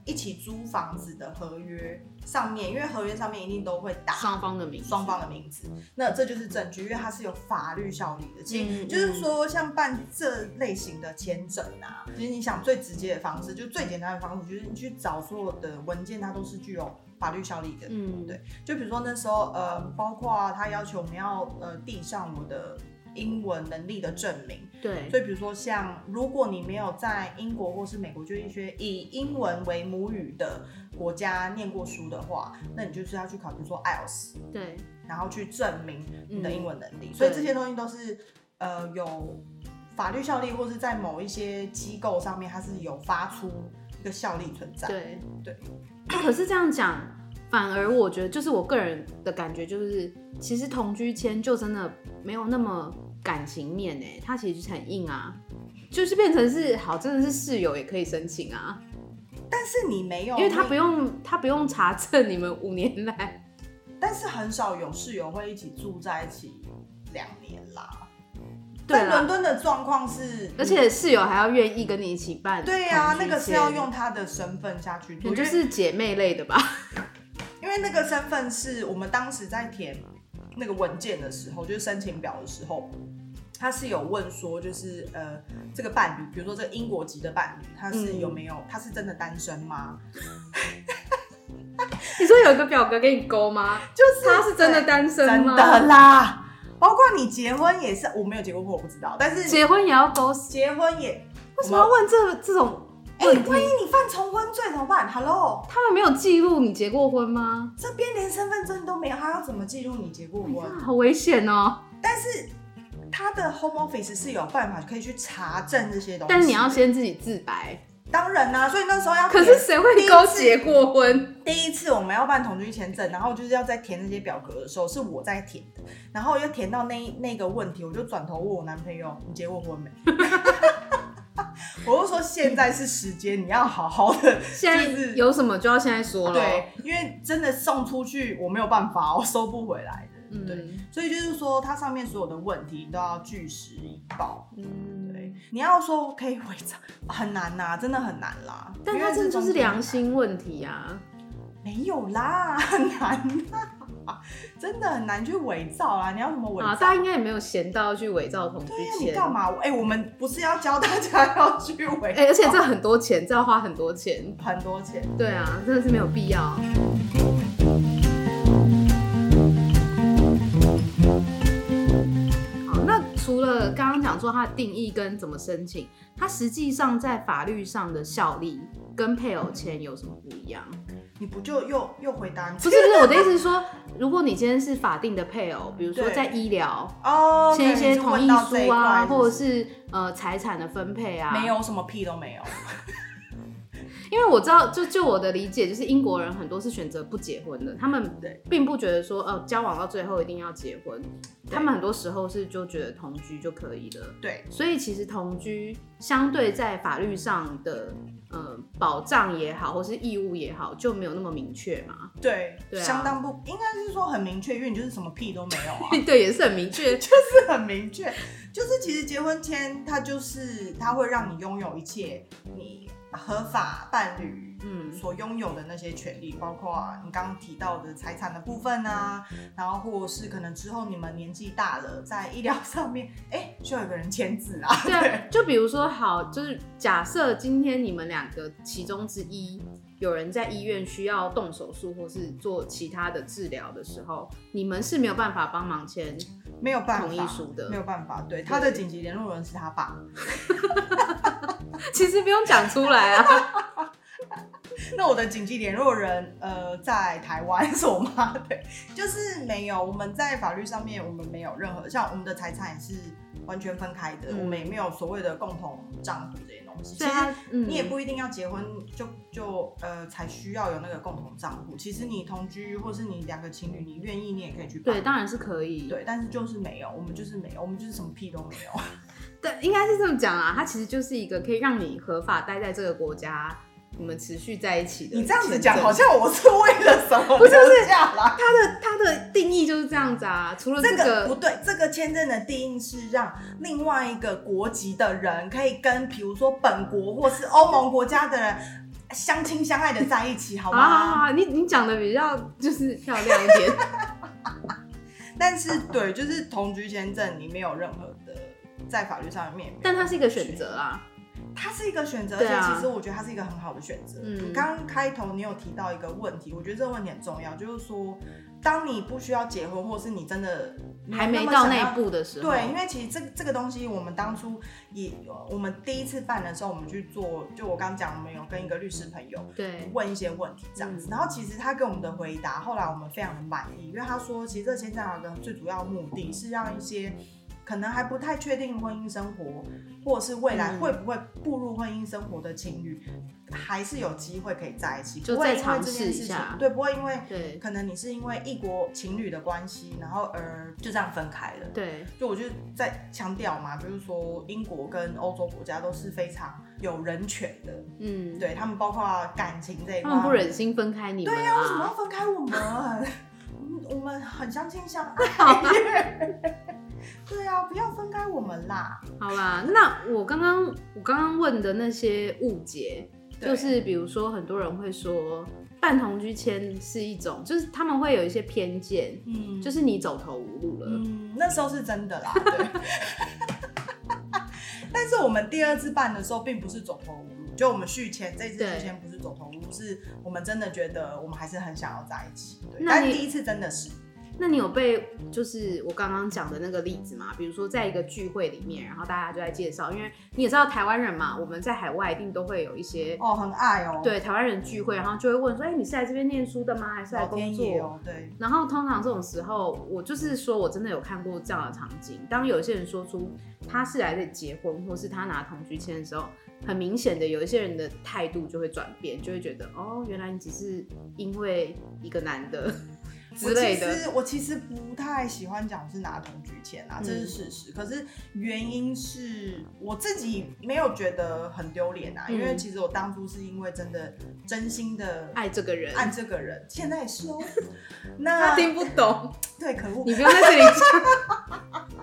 B: 一起租房子的合约上面，因为合约上面一定都会打
A: 双方的名字，
B: 双方的名字，那这就是证据，因为它是有法律效力的。其实
A: 嗯
B: 就是说，像办这类型的签证啊，其实你想最直接的方式，就最简单的方式，就是你去找所有的文件，它都是具有法律效力的。
A: 嗯，
B: 对就比如说那时候，呃，包括啊他要求我们要呃递上我的英文能力的证明，
A: 对，
B: 所以比如说像如果你没有在英国或是美国就一些以英文为母语的国家念过书的话，那你就是要去考，比如说 IELTS。
A: 对，
B: 然后去证明你的
A: 嗯
B: 英文能力。所以
A: 对
B: 这些东西都是呃有法律效力，或是在某一些机构上面，它是有发出一个效力存在。
A: 对 [COUGHS]
B: 对。
A: 哎可是这样讲，反而我觉得，就是我个人的感觉，就是其实同居签就真的没有那么感情面哎、它其实很硬啊，就是变成是好，真的是室友也可以申请啊，
B: 但是你没有，
A: 因为他不，用他不用查证你们五年来，
B: 但是很少有室友会一起住在一起两年啦。
A: 对
B: 在伦
A: 了，
B: 敦的状况是，
A: 而且室友还要愿意跟你一起办，
B: 对呀、
A: 呀、
B: 那个是要。用他的身份下去做，
A: 你就
B: 因为
A: 是姐妹类的吧？ [LAUGHS]
B: 因为那个身份是我们当时在填那个文件的时候，就是申请表的时候，他是有问说，就是呃，这个伴侣，比如说这个英国籍的伴侣，他是
A: 嗯
B: 有没有，他是真的单身吗？
A: 你说有一个表格给你勾吗？
B: 就是
A: 他是真的单身
B: 真
A: 吗？
B: 的啦，包括你结婚也是，我没有结过婚，我不知道，但是
A: 结婚也要勾死？
B: 结婚也
A: 为什么要？问这这种
B: 哎、
A: 问题？
B: 万一你犯重婚罪怎么办？Hello，
A: 他们没有记录你结过婚吗？
B: 这边连身份证都没有，他要怎么记录你结过婚？
A: 好危险哦！
B: 他的 Home Office 是有办法可以去查证这些东西，
A: 但是你要先自己自白。
B: 当然啦、所以那时候要
A: 可
B: 填。
A: 是谁会勾结过婚？
B: 第一次我们要办同居签证，然后就是要在填那些表格的时候，是我在填的，然后又填到那那个问题，我就转头问我男朋友：“你结过
A: [LAUGHS]
B: 婚没？”我就说现在是时间，你要好好的，
A: 现在
B: 就是
A: 有什么就要现在说了。，
B: 对，因为真的送出去我没有办法，我收不回来的，对，
A: 嗯
B: 所以就是说它上面所有的问题你都要据实以报。
A: 嗯，
B: 对，你要说可以伪造，很难呐、真的很难啦。
A: 但
B: 因
A: 他
B: 为
A: 这就
B: 中
A: 是
B: 间
A: 良心问题啊。
B: 没有啦，很难啦，真的很难去伪造啦。你要什么伪
A: 啊，
B: 造？
A: 大家应该也没有闲到去伪造同居
B: 对呀、你
A: 签。
B: 干嘛？哎、我们不是要教大家要去伪造、
A: 哎、而且这很多钱，这要花很多钱。
B: 很多钱。
A: 对啊，真的是没有必要。好，那除了刚刚讲讲说它的定义跟怎么申请，它实际上在法律上的效力跟配偶签有什么不一样？
B: 你不就又又回答你？
A: 不是不
B: [LAUGHS]
A: 是，我的意思是说，如果你今天是法定的配偶，比如说
B: 对
A: 在医疗
B: 哦，
A: 签一
B: 对
A: 些
B: 你是
A: 同
B: 问
A: 意
B: 到这一
A: 书啊，
B: 块
A: 或者是呃财产的分配啊，
B: 没有什么屁都没有。
A: 因为我知道，就就我的理解，就是英国人很多是选择不结婚的，他们
B: 对
A: 并不觉得说，呃，交往到最后一定要结婚，
B: 对
A: 他们很多时候是就觉得同居就可以了。
B: 对，
A: 所以其实同居相对在法律上的呃保障也好，或是义务也好，就没有那么明确嘛。
B: 对，
A: [LAUGHS] 对啊
B: 相当不应该是说很明确，因为你就是什么屁都没有啊，
A: [LAUGHS] 对，也是很明确。
B: 是 [LAUGHS] 很明确。就是其实结婚前，它就是它会让你拥有一切你合法伴侣
A: [LAUGHS] 嗯
B: 所拥有的那些权利，包括啊你刚刚提到的财产的部分啊，然后或是可能之后你们年纪大了，在医疗上面，哎，需要有个人签字啊，
A: 对啊，就比如说好，就是假设今天你们两个其中之一有人在医院需要动手术或是做其他的治疗的时候，你们是没有办法帮忙签。 [LAUGHS]
B: 没有办法，
A: 同意书的
B: 没有办法。对，他的紧急联络人是他爸，
A: 其实不用讲出来啊，
B: [LAUGHS] 那我的紧急联络人，呃，在台湾 [LAUGHS] 是我妈，对，就是没有。我们在法律上面，我们没有任何像我们的财产也是完全分开的，
A: 嗯
B: 我们也没有所谓的共同账户这些东西。啊其
A: 所以
B: 实
A: 他嗯
B: 你也不一定要结婚就就呃才需要有那个共同账户。其实你同居或是你两个情侣，你愿意你也可以去办
A: 对，。当然是可以。
B: 啊对，但是就是没有，我们就是没有，我们就是什么屁都没有。
A: 对，应该是这么讲啊，它其实就是一个可以让你合法待在这个国家，你们持续在一起的签证。
B: 你这样子讲，好像我是为了什么
A: 不是不是
B: 这样啦？
A: 它的它的定义就是这样子啊，除了
B: 这个不
A: 个，
B: 对，这个签证的定义是让另外一个国籍的人可以跟，比如说本国或是欧盟国家的人相亲相爱的在一起，好
A: 好好好
B: 吗？
A: 啊好，你你讲的比较就是漂亮一点。
B: 但是对，就是同居签证，你没有任何的在法律上面，
A: 但它是一个选，择啊，
B: 它是一个选择，而
A: 对啊
B: 且其实我觉得它是一个很好的选择。
A: 嗯
B: 嗯，刚刚开头你有提到一个问题，我觉得这个问题很重要，就是说，当你不需要结婚，或是你真的有
A: 还
B: 那
A: 没
B: 么
A: 到
B: 想
A: 那
B: 要
A: 一步的时候，
B: 对，因为其实这这个东西，我们当初也，呃我们第一次办的时候，我们去做，就我刚讲，我们有跟一个律师朋友
A: 对
B: 问一些问题这样
A: 嗯
B: 子，然后其实他给我们的回答，后来我们非常的满意，因为他说，其实这签证有一个最主要的目的是让一些可能还不太确定婚姻生活，或者是未来
A: 嗯
B: 会不会步入婚姻生活的情侣，还是有机会可以在一起，
A: 就
B: 不会
A: 再
B: 因为
A: 尝
B: 这
A: 试
B: 件
A: 一
B: 事情
A: 下，
B: 对，不会因为
A: 对
B: 可能你是因为异国情侣的关系，然后而就这样分开了。
A: 对，
B: 就我就在强调嘛，就是说英国跟欧洲国家都是非常有人权的，
A: 嗯，
B: 对他们包括感情这一
A: 他
B: 块，
A: 们不忍心分开你们
B: 对呀、为什么
A: 啊
B: 要，分开我们？ [LAUGHS] 嗯我们很相亲相爱，对啊，不要分开我们啦。
A: 好啦，那我刚刚我刚刚问的那些误解，
B: 对
A: 就是比如说很多人会说半同居签是一种，就是他们会有一些偏见，
B: 嗯，
A: 就是你走投无路了，
B: 嗯，那时候是真的啦，对。 [LAUGHS] 但是我们第二次办的时候，并不是走投无路，就我们续签这一次
A: 对
B: 续签不是走投无路，是我们真的觉得我们还是很想要在一起。对，
A: 那
B: 但
A: 你
B: 第一次真的是，
A: 那你有被就是我刚刚讲的那个例子吗？比如说在一个聚会里面，然后大家就在介绍，因为你也知道台湾人嘛，我们在海外一定都会有一些
B: 哦，很爱哦，，
A: 对台湾人聚会，然后就会问说，哎、你是来这边念书的吗？还是来
B: 老
A: 工
B: 天
A: 作？
B: 爷哦，对，
A: 然后通常这种时候，我就是说我真的有看过这样的场景。当有些人说出他是来这里结婚，或是他拿同居签的时候，很明显的有一些人的态度就会转变，就会觉得哦，原来你只是因为一个男的之类
B: 我其
A: 的。
B: 实我其实不太喜欢讲是拿同居钱啊，
A: 嗯
B: 这是事实。可是原因是我自己没有觉得很丢脸啊，
A: 嗯
B: 因为其实我当初是因为真的真心的
A: [LAUGHS] 爱这个人，
B: 爱这个人，现在
A: [LAUGHS]
B: 也是哦。
A: 他
B: 那
A: 听不懂，
B: 对，可恶
A: 你，不要在这 [LAUGHS] 里讲。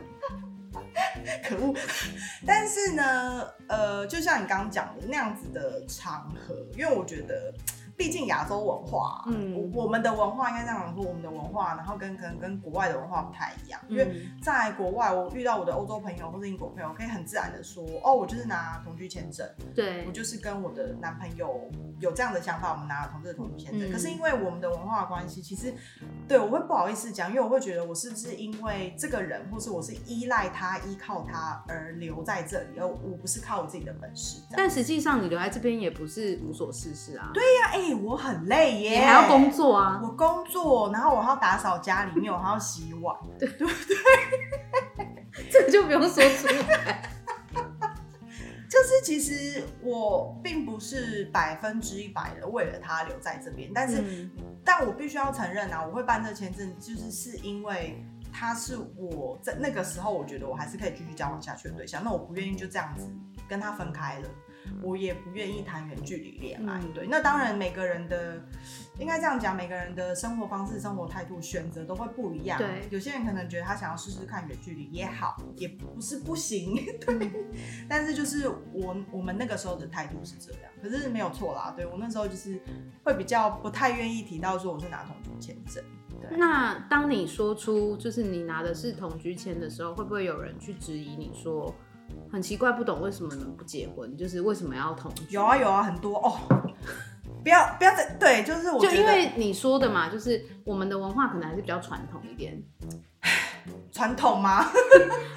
B: 可恶。
A: 嗯
B: 但是呢，呃，就像你刚刚讲的那样子的场合，因为我觉得毕竟亚洲文化，
A: 嗯
B: 我我们的文化应该这样讲说，我们的文化，然后跟可能跟国外的文化不太一样，因为
A: 嗯
B: 在国外，我遇到我的欧洲朋友或是英国朋友，可以很自然的说，哦，我就是拿同居签证，
A: 对
B: 我，就是跟我的男朋友有这样的想法，我们拿了同志的同居签
A: 嗯
B: 证。可是因为我们的文化关系，其实对我会不好意思讲，因为我会觉得我是不是因为这个人，或是我是依赖他、依靠他而留在这里，而我不是靠我自己的本事。这样
A: 但实际上你留在这边也不是无所事事啊，对，
B: 但哎、我很累耶，
A: 你还要工。作啊，
B: 我工作，然后我还要打扫家里面，我还要洗碗，
A: 这就不用说出来。
B: 就是其实我并不是百分之一百的为了他留在这边，但是、
A: 嗯
B: 但我必须要承认啊，我会办这签证，就是是因为他是我在那个时候，我觉得我还是可以继续交往下去的对象，那我不愿意就这样子跟他分开了。我也不愿意谈远距离恋爱，
A: 嗯
B: 对。那当然，每个人的应该这样讲，每个人的生活方式、生活态度、选择都会不一样。
A: 对
B: 有些人可能觉得他想要试试看远距离也好，也不是不行。 [LAUGHS]
A: 嗯
B: 但是就是我我们那个时候的态度是这样，可是没有错啦。对我那时候就是会比较不太愿意提到说我是拿同居签证，对，
A: 那当你说出就是你拿的是同居签的时候，会不会有人去质疑你说很奇怪，不懂为什么你们不结婚，就是为什么要同居？
B: 有啊有啊很多哦。不要不要再对，就是我
A: 就
B: 觉
A: 因
B: 得
A: 为你说的嘛，就是我们的文化可能还是比较传统一点。
B: [LAUGHS] 传统吗？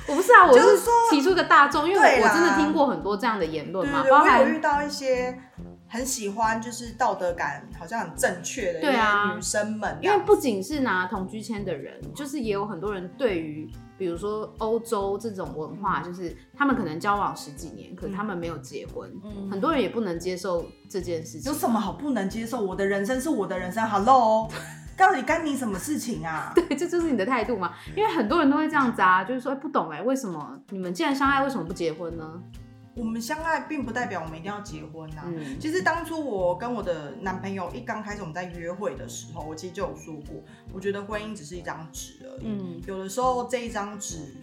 A: 我不是啊，我
B: 就是说
A: 提出一个大众，因为
B: 对
A: 我
B: 啦
A: 我真的听过很多这样的言论
B: 对
A: 嘛，
B: 对对，
A: 包
B: 我有遇
A: 含
B: 到一些很喜欢就是道德感好像很正确的一
A: 对啊
B: 些女生们这
A: 因为
B: 样，
A: 不仅是拿同居签的人，就是也有很多人对于比如说欧洲这种文化，就是他们可能交往十几年，可是他们没有结婚，
B: 嗯
A: 很多人也不能接受这件事情
B: 有。什么好不能接受？我的人生是我的人生，Hello，到底干你什么事情啊？
A: [LAUGHS] 对，这就是你的态度嘛？因为很多人都会这样子啊，就是说、哎不懂哎、为什么你们既然相爱，为什么不结婚呢？
B: 我们相爱并不代表我们一定要结婚啊。
A: 嗯，
B: 其实当初我跟我的男朋友一刚开始我们在约会的时候，我其实就有说过，我觉得婚姻只是一张纸而已。
A: 嗯
B: 有的时候这一张纸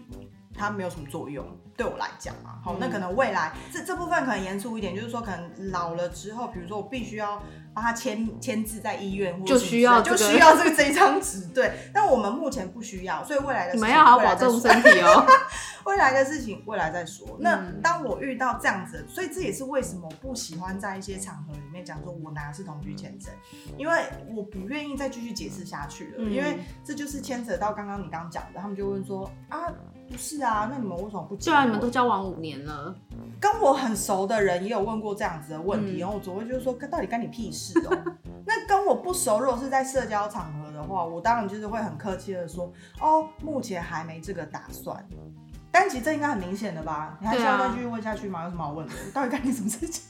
B: 它没有什么作用，对我来讲嘛。好，那
A: 嗯
B: 可能未来这这部分可能严肃一点，就是说可能老了之后，比如说我必须要帮他签签字在医院或者
A: 就
B: 什么
A: 需要
B: 之
A: 这
B: 类就
A: 个
B: 需要这个这一张纸。对，但我们目前不需要，所以未来的
A: 你们
B: 事
A: 要
B: 情
A: 好好
B: 未来
A: 保
B: 再
A: 重
B: 说
A: 身体哦。 [LAUGHS]
B: 未来的事情未来再说。那
A: 嗯
B: 当我遇到这样子，所以这也是为什么不喜欢在一些场合里面讲说我拿的是同居签证，因为我不愿意再继续解释下去了，
A: 嗯
B: 因为这就是牵扯到刚刚你刚刚讲的，他们就问说啊。不是啊，那你们为什么不结
A: 虽
B: 婚？
A: 然你们都交往五年了，
B: 跟我很熟的人也有问过这样子的问题，
A: 嗯
B: 然后我总会就是说，干到底干你屁事
A: [LAUGHS]
B: 哦、那跟我不熟，如果是在社交场合的话，我当然就是会很客气的说，哦，目前还没这个打算。但其实这应该很明显的吧？你还需要
A: 对啊
B: 再继续问下去吗？有什么好问的？到底干你什么事情？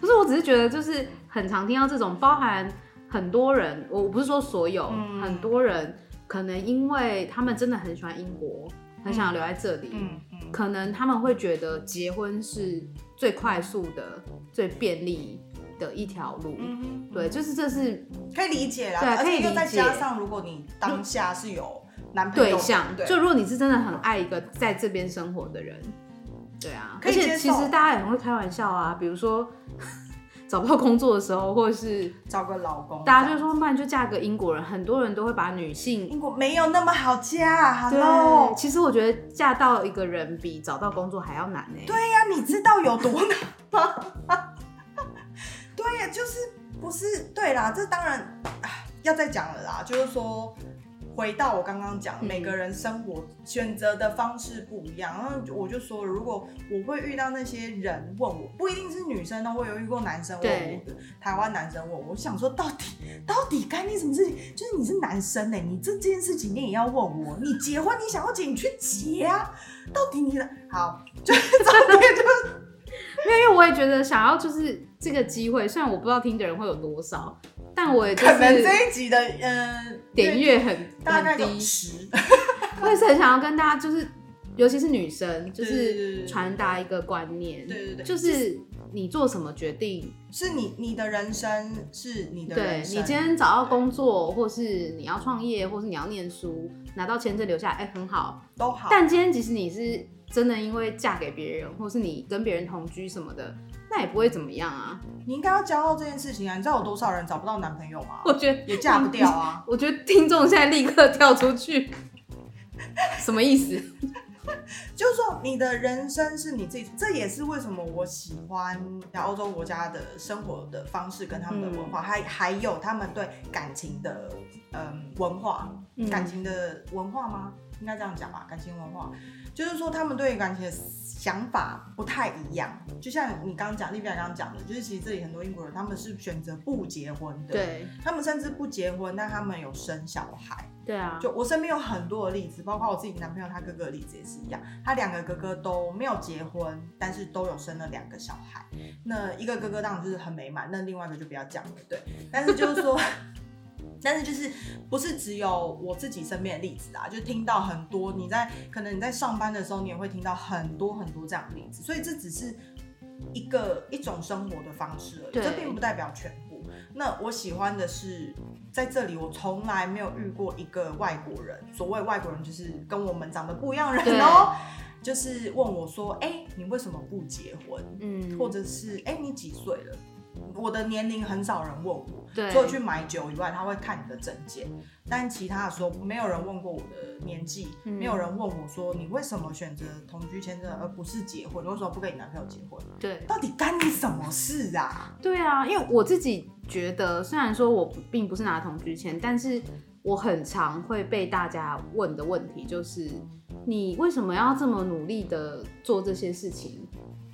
A: 不是，我只是觉得就是很常听到这种，包含很多人，我我不是说所有，
B: 嗯
A: 很多人可能因为他们真的很喜欢英国，很想要留在这里，
B: 嗯嗯，
A: 可能他们会觉得结婚是最快速的、最便利的一条路。
B: 嗯
A: 对，就是这是
B: 可以理解啦。
A: 对啊
B: 而
A: 可以理
B: 且
A: 解
B: 又再加上，如果你当下是有男朋友
A: 对
B: 的
A: 象。
B: 嗯对
A: 就如果你是真的很爱一个在这边生活的人，对啊，
B: 可
A: 而
B: 以接受
A: 且其实大家也很会开玩笑啊，比如说 [LAUGHS] 找不到工作的时候，或者是
B: 找个老公，
A: 大家就说，不哦然就嫁个英国人。很多人都会把女性。
B: 英国没有那么好嫁，Hello
A: 对，。其实我觉得嫁到一个人比找到工作还要难欸呢、对，
B: 对呀、你知道有多难吗？
A: [LAUGHS]
B: 对呀、就是不是对啦，这当然唉要再讲了啦，就是说。回到我刚刚讲，
A: 嗯
B: 每个人生活选择的方式不一样。然后我就说了，如果我会遇到那些人问我，不一定是女生哦，我有遇过男生问
A: 对
B: 我的，台湾男生问我，我想说到底到底该你什么事情？就是你是男生呢、欸你这件事情你也要问我，你结婚你想要结你去结啊，到底你的好就是重点就是
A: 因为我也觉得想要就是这个机会，虽然我不知道听的人会有多少，但我也就
B: 可能
A: 是
B: 这一集的呃
A: 点阅很
B: 大概
A: 很低
B: 有，十，
A: 我也是很想要跟大家就是，尤其是女生，就
B: 对对对
A: 是
B: 对
A: 传达一个观念，
B: 对对对
A: 就是你做什么决定，
B: 是你你的人生是你的
A: 对
B: 人
A: 你
B: 生，
A: 今天找到工作，或是你要创业，或是你要念书，拿到签证留下来，哎、很好。
B: 都好，
A: 但今天即使你是真的因为嫁给别人，或是你跟别人同居什么的，那也不会怎么样啊。
B: 你应该要骄傲这件事情啊！你知道有多少人找不到男朋友吗？
A: 我觉得，
B: 也嫁不掉啊！
A: 我觉得听众现在立刻跳出去， [LAUGHS] 什么意思？
B: 就是说，你的人生是你自己，这也是为什么我喜欢在欧洲国家的生活的方式跟他们的文
A: 嗯
B: 化，还还有他们对感情的嗯文化，感情的文化吗？应该这样讲吧，感情文化，就是说他们对感情的想法不太一样。就像你刚刚讲，丽比亚刚刚讲的，就是其实这里很多英国人他们是选择不结婚的，，
A: 对
B: 他们甚至不结婚，但他们有生小孩。
A: 对啊，
B: 就我身边有很多的例子，包括我自己男朋友他哥哥的例子也是一样，他两个哥哥都没有结婚，但是都有生了两个小孩。那一个哥哥当然就是很美满，那另外一个就不要讲了，对。但是就是说， [LAUGHS] 但是就是不是只有我自己身边的例子啊，就听到很多你在可能你在上班的时候，你也会听到很多很多这样的例子，所以这只是一个一种生活的方式而已，
A: 对
B: 这并不代表全部。那我喜欢的是，在这里我从来没有遇过一个外国人，所谓外国人就是跟我们长得不一样的人哦，就是问我说，哎、你为什么不结婚？
A: 嗯，
B: 或者是哎、你几岁了？我的年龄很少人问我，
A: 对
B: 除了去买酒以外，他会看你的证件，但其他的时候没有人问过我的年纪，
A: 嗯
B: 没有人问我说你为什么选择同居签证而不是结婚，为什么不跟你男朋友结婚？
A: 对
B: 到底干你什么事啊？
A: 对啊，因为我自己觉得，虽然说我不并不是拿同居签，但是我很常会被大家问的问题就是，你为什么要这么努力的做这些事情？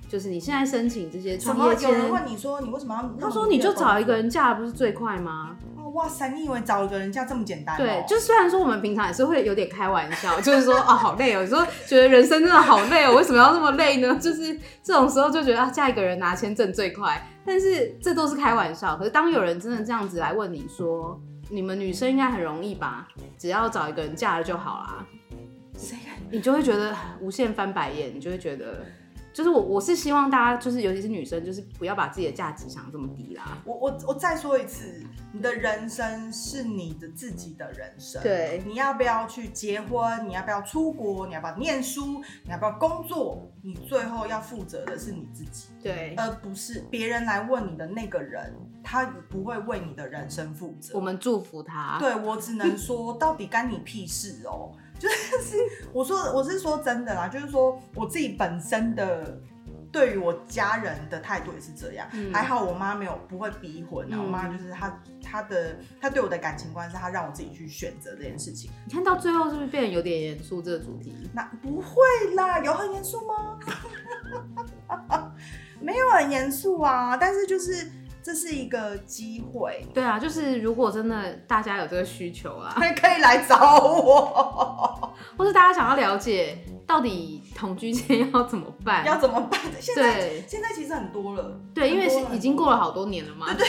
A: 就是你现在申请这些
B: 怎
A: 创
B: 么
A: 业
B: 有人
A: 签，
B: 问你说你为什么要那么努力地工作？
A: 他说你就找一个人嫁不是最快吗？
B: 哦，哇塞，你以为找一个人家这么简单、哦？
A: 对，就虽然说我们平常也是会有点开玩笑，就是说啊好累哦，你说觉得人生真的好累哦，为什么要那么累呢？就是这种时候就觉得啊嫁一个人拿签证最快，但是这都是开玩笑。可是当有人真的这样子来问你说，你们女生应该很容易吧，只要找一个人嫁了就好啦，
B: 谁敢
A: 你就会觉得无限翻白眼，你就会觉得。就是我，我是希望大家，就是尤其是女生，就是不要把自己的价值想这么低啦。
B: 我我我再说一次，你的人生是你的自己的人生。
A: 对
B: 你要不要去结婚？你要不要出国？你要不要念书？你要不要工作？你最后要负责的是你自己，
A: 对，
B: 而不是别人来问你的那个人，他不会为你的人生负责
A: 我。们祝福她。
B: 对我只能说，到底干你屁事哦！就是 [LAUGHS] 我说，我是说真的啦，就是说我自己本身的对于我家人的态度也是这样。
A: 嗯
B: 还好我妈没有不会逼婚啊，
A: 嗯
B: 我妈就是她她的她对我的感情观是她让我自己去选择这件事情。
A: 你看到最后是不是变得有点严肃这个主题？
B: 那不会啦，有很严肃吗？ [LAUGHS] 没有很严肃啊，但是就是这是一个机会， [LAUGHS]
A: 对啊，就是如果真的大家有这个需求啊，
B: 可以来找我。
A: 或是大家想要了解到底同居间要怎么办，
B: 要怎么办？ [LAUGHS] 现在
A: 对
B: 现在其实很多了，
A: 对，因为
B: 很多
A: 是已经过了好多年了嘛，对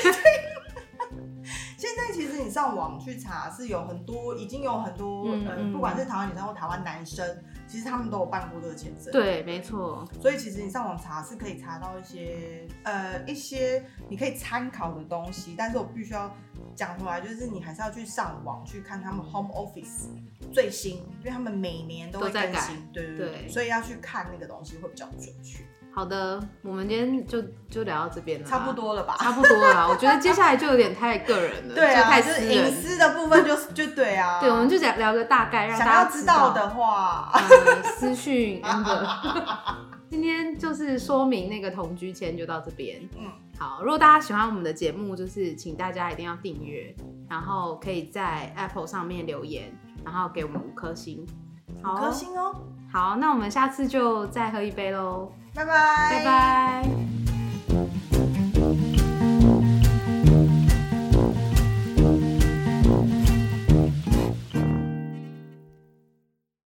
B: 现在其实你上网去查是有很多，已经有很多，
A: 嗯
B: 呃，
A: 嗯
B: 不管是台湾女生或台湾男生，其实他们都有办过这个签证。，
A: 没错，
B: 所以其实你上网查是可以查到一些呃一些你可以参考的东西，但是我必须要讲回来，就是你还是要去上网去看他们 Home Office 最新，因为他们每年都会
A: 都在
B: 更
A: 改
B: 新，对对
A: 对
B: 所以要去看那个东西会比较准确，
A: 好的，我们今天就就聊到这边了，
B: 差不，多了吧？
A: 差不多了，我觉得接下来就有点太个人了，
B: [LAUGHS] 对
A: 就
B: 啊，
A: 太
B: 就
A: 私
B: 是隐
A: 人，
B: 私的部分就是 [LAUGHS] 就对啊，
A: 对，我们就讲聊个大概，让
B: 想
A: 大
B: 要
A: 家
B: 知
A: 道
B: 道的话，
A: 呃私
B: [LAUGHS]
A: 讯 amber。今天就是说明那个同居签就到这边。
B: 嗯，
A: 好，如果大家喜欢我们的节目，就是请大家一定要订阅，然后可以在 Apple 上面留言，然后给我们五颗星。好，
B: 五颗星哦，
A: 好，那我们下次就再喝一杯喽，
B: 拜拜，
A: 拜拜。